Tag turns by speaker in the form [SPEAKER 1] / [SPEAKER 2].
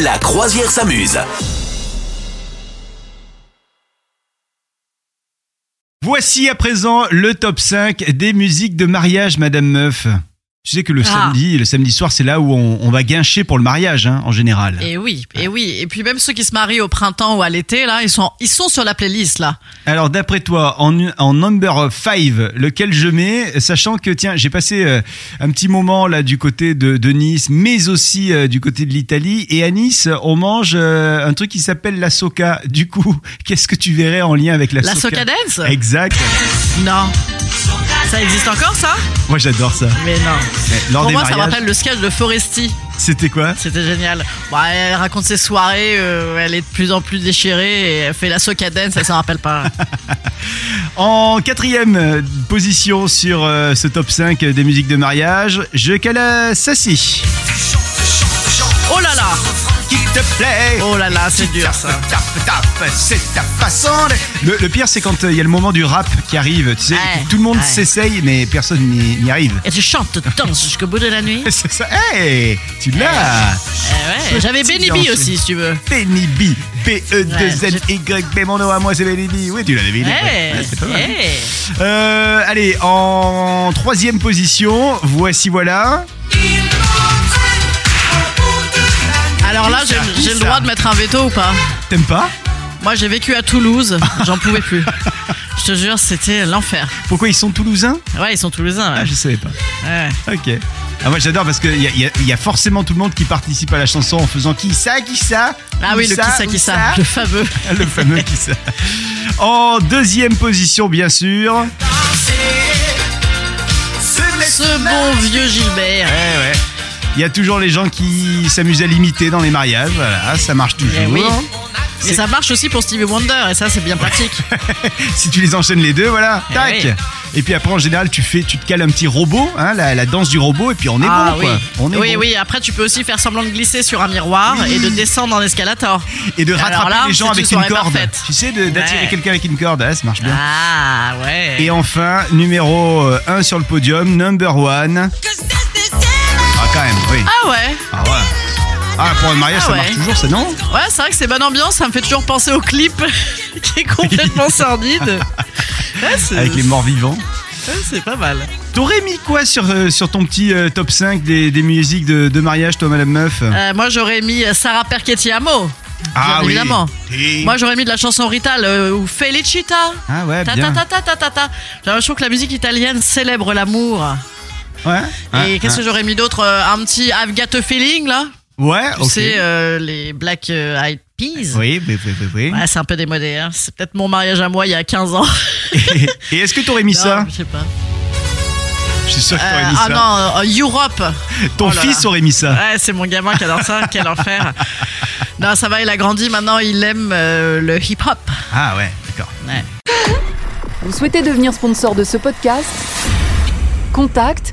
[SPEAKER 1] La croisière s'amuse.
[SPEAKER 2] Voici à présent le top 5 des musiques de mariage, Madame Meuf. Tu sais que le
[SPEAKER 3] Ah.
[SPEAKER 2] samedi, le samedi soir, c'est là où on, on va guincher pour le mariage, hein, en général.
[SPEAKER 3] Et oui, et oui. Et puis même ceux qui se marient au printemps ou à l'été, là, ils sont, ils sont sur la playlist, là.
[SPEAKER 2] Alors d'après toi, en, en number 5, lequel je mets Sachant que, tiens, j'ai passé euh, un petit moment là du côté de, de Nice, mais aussi euh, du côté de l'Italie. Et à Nice, on mange euh, un truc qui s'appelle la soca. Du coup, qu'est-ce que tu verrais en lien avec la,
[SPEAKER 3] La Soca Dance
[SPEAKER 2] Exact.
[SPEAKER 3] Non. Ça existe encore, ça
[SPEAKER 2] Moi, j'adore ça.
[SPEAKER 3] Mais non.
[SPEAKER 2] Lors
[SPEAKER 3] Pour
[SPEAKER 2] des
[SPEAKER 3] moi, ça me
[SPEAKER 2] mariages,
[SPEAKER 3] rappelle le sketch de Foresti.
[SPEAKER 2] c'était quoi
[SPEAKER 3] C'était génial. Bon, elle raconte ses soirées, euh, elle est de plus en plus déchirée et elle fait la Soca Dance, elle s'en rappelle pas.
[SPEAKER 2] En quatrième euh, position sur euh, ce top 5 des musiques de mariage, je cale euh, Sassy.
[SPEAKER 3] Oh là là
[SPEAKER 2] Qui te plaît
[SPEAKER 3] Oh là là, c'est dur, ça.
[SPEAKER 2] c'est ta façon Le, le pire, c'est quand euh, il y a le moment du rap qui arrive. Tu sais,
[SPEAKER 3] Ouais,
[SPEAKER 2] tout le monde
[SPEAKER 3] ouais.
[SPEAKER 2] s'essaye, mais personne n'y n'y arrive.
[SPEAKER 3] Et tu chantes, danses jusqu'au bout de la nuit.
[SPEAKER 2] C'est ça. Hey, tu l'as
[SPEAKER 3] Eh ouais, j'avais
[SPEAKER 2] Petit
[SPEAKER 3] Benny
[SPEAKER 2] danseur.
[SPEAKER 3] B aussi, si tu veux.
[SPEAKER 2] Benny B. E,
[SPEAKER 3] Ouais,
[SPEAKER 2] P-E-2-N-Y. B, mon nom à moi, c'est Benny B. Oui, tu l'as deviné.
[SPEAKER 3] Eh,
[SPEAKER 2] Ouais, c'est pas mal.
[SPEAKER 3] eh.
[SPEAKER 2] Euh, allez, en troisième position, voici voilà.
[SPEAKER 3] Alors là, j'ai
[SPEAKER 2] Qui
[SPEAKER 3] j'ai le
[SPEAKER 2] ça
[SPEAKER 3] droit de mettre un veto ou pas
[SPEAKER 2] T'aimes pas
[SPEAKER 3] Moi, j'ai vécu à Toulouse, j'en pouvais plus. Je te jure, c'était l'enfer.
[SPEAKER 2] Pourquoi ils sont toulousains
[SPEAKER 3] Ouais, ils sont toulousains.
[SPEAKER 2] Ah,
[SPEAKER 3] ouais.
[SPEAKER 2] je savais pas.
[SPEAKER 3] Ouais.
[SPEAKER 2] Ok. Ah, moi j'adore parce qu'il y a, y a- y a forcément tout le monde qui participe à la chanson en faisant qui ça, qui ça
[SPEAKER 3] Ah
[SPEAKER 2] ou
[SPEAKER 3] oui, le qui ça,
[SPEAKER 2] ou
[SPEAKER 3] qui ça, le fameux.
[SPEAKER 2] Le fameux qui ça. En deuxième position, bien sûr.
[SPEAKER 3] Ce bon vieux Gilbert.
[SPEAKER 2] Eh ouais. Il y a toujours les gens qui s'amusent à l'imiter dans les mariages. Voilà, hein, ça marche toujours.
[SPEAKER 3] Eh oui.
[SPEAKER 2] C'est-
[SPEAKER 3] Mais ça marche aussi pour Stevie Wonder, et ça, c'est bien pratique.
[SPEAKER 2] si tu les enchaînes les deux, voilà,
[SPEAKER 3] Eh
[SPEAKER 2] tac.
[SPEAKER 3] oui.
[SPEAKER 2] Et puis après, en général, tu fais, tu te cales un petit robot, hein, la, la danse du robot, et puis on est
[SPEAKER 3] ah
[SPEAKER 2] bon,
[SPEAKER 3] oui.
[SPEAKER 2] quoi. On est
[SPEAKER 3] oui,
[SPEAKER 2] bon.
[SPEAKER 3] oui. Après, tu peux aussi faire semblant de glisser sur un miroir et de descendre en escalator.
[SPEAKER 2] Et de
[SPEAKER 3] Alors
[SPEAKER 2] rattraper
[SPEAKER 3] là,
[SPEAKER 2] les gens
[SPEAKER 3] c'est
[SPEAKER 2] avec
[SPEAKER 3] une
[SPEAKER 2] une,
[SPEAKER 3] soirée
[SPEAKER 2] corde.
[SPEAKER 3] parfaite.
[SPEAKER 2] Tu sais, de- d'attirer
[SPEAKER 3] Ouais.
[SPEAKER 2] quelqu'un avec une corde, ah, ça marche bien.
[SPEAKER 3] Ah ouais.
[SPEAKER 2] Et enfin, numéro 1 sur le podium, number 1. Ah, quand même, oui.
[SPEAKER 3] Ah ouais.
[SPEAKER 2] Ah, ouais. Ah, pour un mariage,
[SPEAKER 3] Ah
[SPEAKER 2] ça
[SPEAKER 3] ouais.
[SPEAKER 2] marche toujours, ça, non
[SPEAKER 3] Ouais, c'est vrai que c'est bonne ambiance. Ça me fait toujours penser au clip qui est complètement sordide. Ouais, c'est-
[SPEAKER 2] Avec les morts vivants.
[SPEAKER 3] ouais, c'est pas mal.
[SPEAKER 2] T'aurais mis quoi sur, euh, sur ton petit euh, top 5 des, des musiques de, de mariage, toi, Madame Meuf Ah,
[SPEAKER 3] Euh, moi, j'aurais mis euh, Sarah Perchetti Amo. bien évidemment.
[SPEAKER 2] Et-
[SPEAKER 3] Moi, j'aurais mis de la chanson Rital euh, ou Felicita.
[SPEAKER 2] Ah ouais,
[SPEAKER 3] Ta
[SPEAKER 2] bien.
[SPEAKER 3] ta ta ta ta ta ta. Je trouve que la musique italienne célèbre l'amour.
[SPEAKER 2] Ouais. hein,
[SPEAKER 3] Et
[SPEAKER 2] Ouais,
[SPEAKER 3] qu'est-ce
[SPEAKER 2] ouais.
[SPEAKER 3] que j'aurais mis d'autre Euh, Un petit I've Got a Feeling là.
[SPEAKER 2] Ouais,
[SPEAKER 3] Tu
[SPEAKER 2] ok.
[SPEAKER 3] sais, euh, les Black euh, Eyed Peas.
[SPEAKER 2] Oui, oui, oui, oui, oui.
[SPEAKER 3] Ouais, c'est un peu démodé. hein. C'est peut-être mon mariage à moi il y a 15 ans.
[SPEAKER 2] Et est-ce que t'aurais mis ça
[SPEAKER 3] Non, Je sais pas.
[SPEAKER 2] Je suis sûr que t'aurais
[SPEAKER 3] Euh,
[SPEAKER 2] mis
[SPEAKER 3] ah
[SPEAKER 2] ça.
[SPEAKER 3] non, euh, Europe.
[SPEAKER 2] Ton
[SPEAKER 3] Oh là
[SPEAKER 2] fils
[SPEAKER 3] là.
[SPEAKER 2] aurait mis ça.
[SPEAKER 3] Ouais, c'est mon gamin qui adore ça. Quel enfer. Non, ça va, il a grandi. Maintenant, il aime euh, le hip-hop.
[SPEAKER 2] Ah ouais, d'accord.
[SPEAKER 3] Ouais.
[SPEAKER 4] Vous souhaitez devenir sponsor de ce podcast Contact